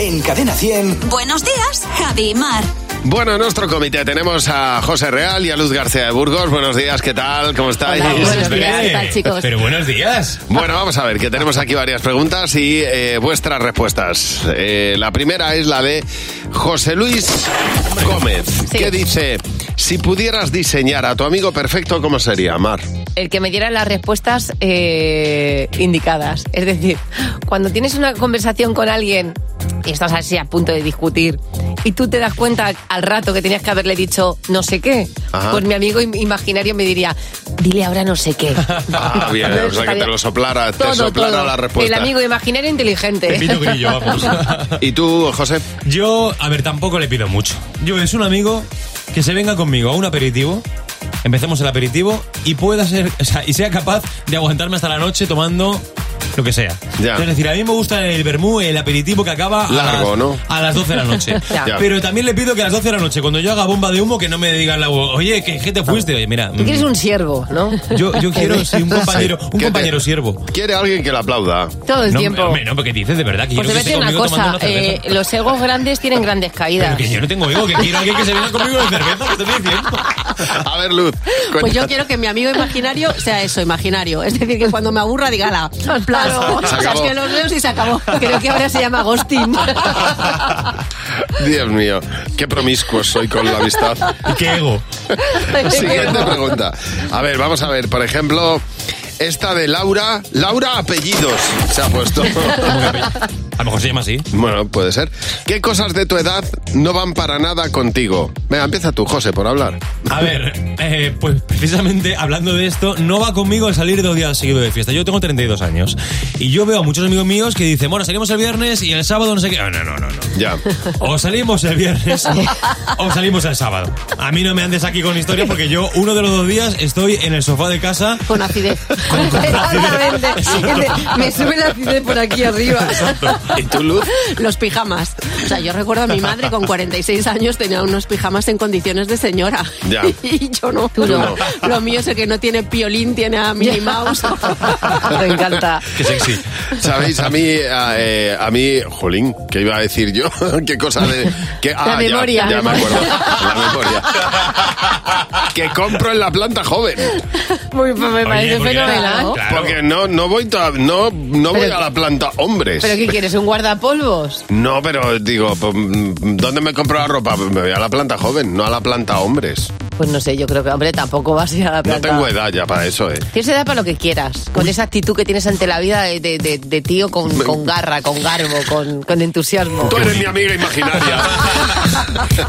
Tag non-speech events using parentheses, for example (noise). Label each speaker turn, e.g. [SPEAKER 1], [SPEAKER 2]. [SPEAKER 1] En Cadena 100.
[SPEAKER 2] Buenos días, Javi y Mar.
[SPEAKER 3] Bueno, en nuestro comité tenemos a José Real y a Luz García de Burgos. Buenos días, ¿qué tal? ¿Cómo estáis?
[SPEAKER 4] Hola, Ah, buenos días, ¿qué tal, chicos?
[SPEAKER 5] Pero buenos días.
[SPEAKER 3] Bueno, vamos a ver, que tenemos aquí varias preguntas y eh, vuestras respuestas. Eh, la primera es la de José Luis Gómez,
[SPEAKER 4] Sí.
[SPEAKER 3] que dice, si pudieras diseñar a tu amigo perfecto, ¿cómo sería, Mar?
[SPEAKER 4] El que me diera las respuestas eh, indicadas. Es decir, cuando tienes una conversación con alguien y estás así a punto de discutir y tú te das cuenta al rato que tenías que haberle dicho no sé qué,
[SPEAKER 3] Ajá.
[SPEAKER 4] pues mi amigo im- imaginario me diría, dile ahora no
[SPEAKER 3] (laughs)
[SPEAKER 4] sé qué.
[SPEAKER 3] Ah,
[SPEAKER 4] (laughs)
[SPEAKER 3] bien, o sea, que te lo soplara, te soplara la respuesta.
[SPEAKER 4] El amigo imaginario inteligente.
[SPEAKER 5] Pepito Grillo, vamos.
[SPEAKER 3] ¿Y tú, José?
[SPEAKER 5] Yo, a ver, tampoco le pido mucho. Yo es un amigo que se venga conmigo a un aperitivo. Empecemos el aperitivo y pueda ser, o sea, y sea capaz de aguantarme hasta la noche tomando lo que sea.
[SPEAKER 3] Ya.
[SPEAKER 5] Es decir, a mí me gusta el vermú, el aperitivo que acaba a
[SPEAKER 3] Largo,
[SPEAKER 5] las-
[SPEAKER 3] ¿no?
[SPEAKER 5] a las 12 de la noche.
[SPEAKER 4] (laughs) Ya.
[SPEAKER 3] Ya.
[SPEAKER 5] Pero también le pido que a las 12 de la noche, cuando yo haga bomba de humo, que no me digan la oye, ¿qué, qué te fuiste? Oye, mira.
[SPEAKER 4] (laughs) Tú quieres
[SPEAKER 5] mm,
[SPEAKER 4] un siervo, ¿no?
[SPEAKER 5] yo,
[SPEAKER 4] (laughs)
[SPEAKER 5] yo quiero sí, un compañero,
[SPEAKER 3] (laughs) Sí.
[SPEAKER 5] un
[SPEAKER 3] ¿Qué te-
[SPEAKER 5] compañero siervo.
[SPEAKER 3] Quiere alguien que le aplauda.
[SPEAKER 4] Todo el
[SPEAKER 5] no,
[SPEAKER 4] tiempo.
[SPEAKER 5] hombre, no, porque dices de verdad que
[SPEAKER 4] Pues
[SPEAKER 5] yo
[SPEAKER 4] te voy
[SPEAKER 5] no
[SPEAKER 4] a
[SPEAKER 5] que esté
[SPEAKER 4] decir una
[SPEAKER 5] conmigo
[SPEAKER 4] cosa,
[SPEAKER 5] tomando una cerveza.
[SPEAKER 4] eh, los egos grandes tienen grandes caídas.
[SPEAKER 5] Pero que yo no tengo ego, que quiero alguien que se venga conmigo de cerveza, ¿qué estoy diciendo?
[SPEAKER 3] A ver,
[SPEAKER 4] (laughs)
[SPEAKER 3] Luz.
[SPEAKER 6] Pues yo
[SPEAKER 3] cuéntanos.
[SPEAKER 6] quiero que mi amigo imaginario sea eso, imaginario. Es decir, que cuando me aburra diga la.
[SPEAKER 4] (laughs) Claro.
[SPEAKER 6] O sea, es que los veo y
[SPEAKER 4] (laughs)
[SPEAKER 6] se acabó.
[SPEAKER 4] Creo que ahora se llama (laughs) Agostín.
[SPEAKER 3] (laughs) Dios mío, qué promiscuo soy con la
[SPEAKER 5] (laughs)
[SPEAKER 3] amistad.
[SPEAKER 5] ¿Y qué ego?
[SPEAKER 3] Siguiente pregunta. A ver, vamos a ver, por ejemplo, esta de Laura. Laura Apellidos se ha puesto.
[SPEAKER 5] A lo mejor se llama así.
[SPEAKER 3] Bueno, puede ser. ¿Qué cosas de tu edad no van para nada contigo? Venga, empieza tú, José, por hablar.
[SPEAKER 5] A ver, eh, pues precisamente hablando de esto, no va conmigo el salir dos días seguidos de fiesta. Yo tengo 32 años y yo veo a muchos amigos míos que dicen, bueno, salimos el viernes y el sábado no sé qué. Ah, No, no, no, no. no.
[SPEAKER 3] Ya.
[SPEAKER 5] O salimos el viernes o salimos el sábado. A mí no me andes aquí con historias porque yo uno de los dos días estoy en el sofá de casa
[SPEAKER 6] Con acidez. (laughs)
[SPEAKER 4] Exactamente. Me sube la acidez por aquí arriba.
[SPEAKER 3] ¿Y tú, Luz?
[SPEAKER 6] Los pijamas. O sea, yo recuerdo a mi madre
[SPEAKER 3] (laughs)
[SPEAKER 6] con 46 años tenía unos pijamas en condiciones de señora.
[SPEAKER 3] Ya.
[SPEAKER 6] (laughs) Y yo no.
[SPEAKER 3] no.
[SPEAKER 6] Lo mío es el que no tiene piolín, tiene a
[SPEAKER 3] (laughs)
[SPEAKER 6] Minnie Mouse.
[SPEAKER 4] (laughs) Me encanta.
[SPEAKER 5] Qué sexy.
[SPEAKER 3] Sabéis, a mí, a, eh, a mí, jolín, ¿qué iba a decir yo? (laughs) ¿Qué cosa de...? Que, ah, ya,
[SPEAKER 4] memoria.
[SPEAKER 3] Ya, me acuerdo. La memoria. Que compro en la planta joven.
[SPEAKER 4] Muy, me parece
[SPEAKER 5] Oye, porque-
[SPEAKER 4] fenomenal.
[SPEAKER 5] Claro.
[SPEAKER 3] Porque no, no voy, to- no, no voy
[SPEAKER 4] Pero-
[SPEAKER 3] a la planta hombres.
[SPEAKER 4] ¿Pero qué quieres? ¿Un guardapolvos?
[SPEAKER 3] No, pero digo, pues, mm, ¿dónde me compro la ropa? Pues Me voy a la planta joven, no a la planta hombres.
[SPEAKER 4] Pues no sé, yo creo que, hombre, tampoco vas a ir a la
[SPEAKER 3] No
[SPEAKER 4] planta.
[SPEAKER 3] tengo edad ya para eso, ¿eh?
[SPEAKER 4] Tienes edad para lo que quieras, con esa actitud que tienes ante la vida de, de- de- de tío con, con garra, con garbo, con, con entusiasmo.
[SPEAKER 3] Tú eres mi amiga imaginaria.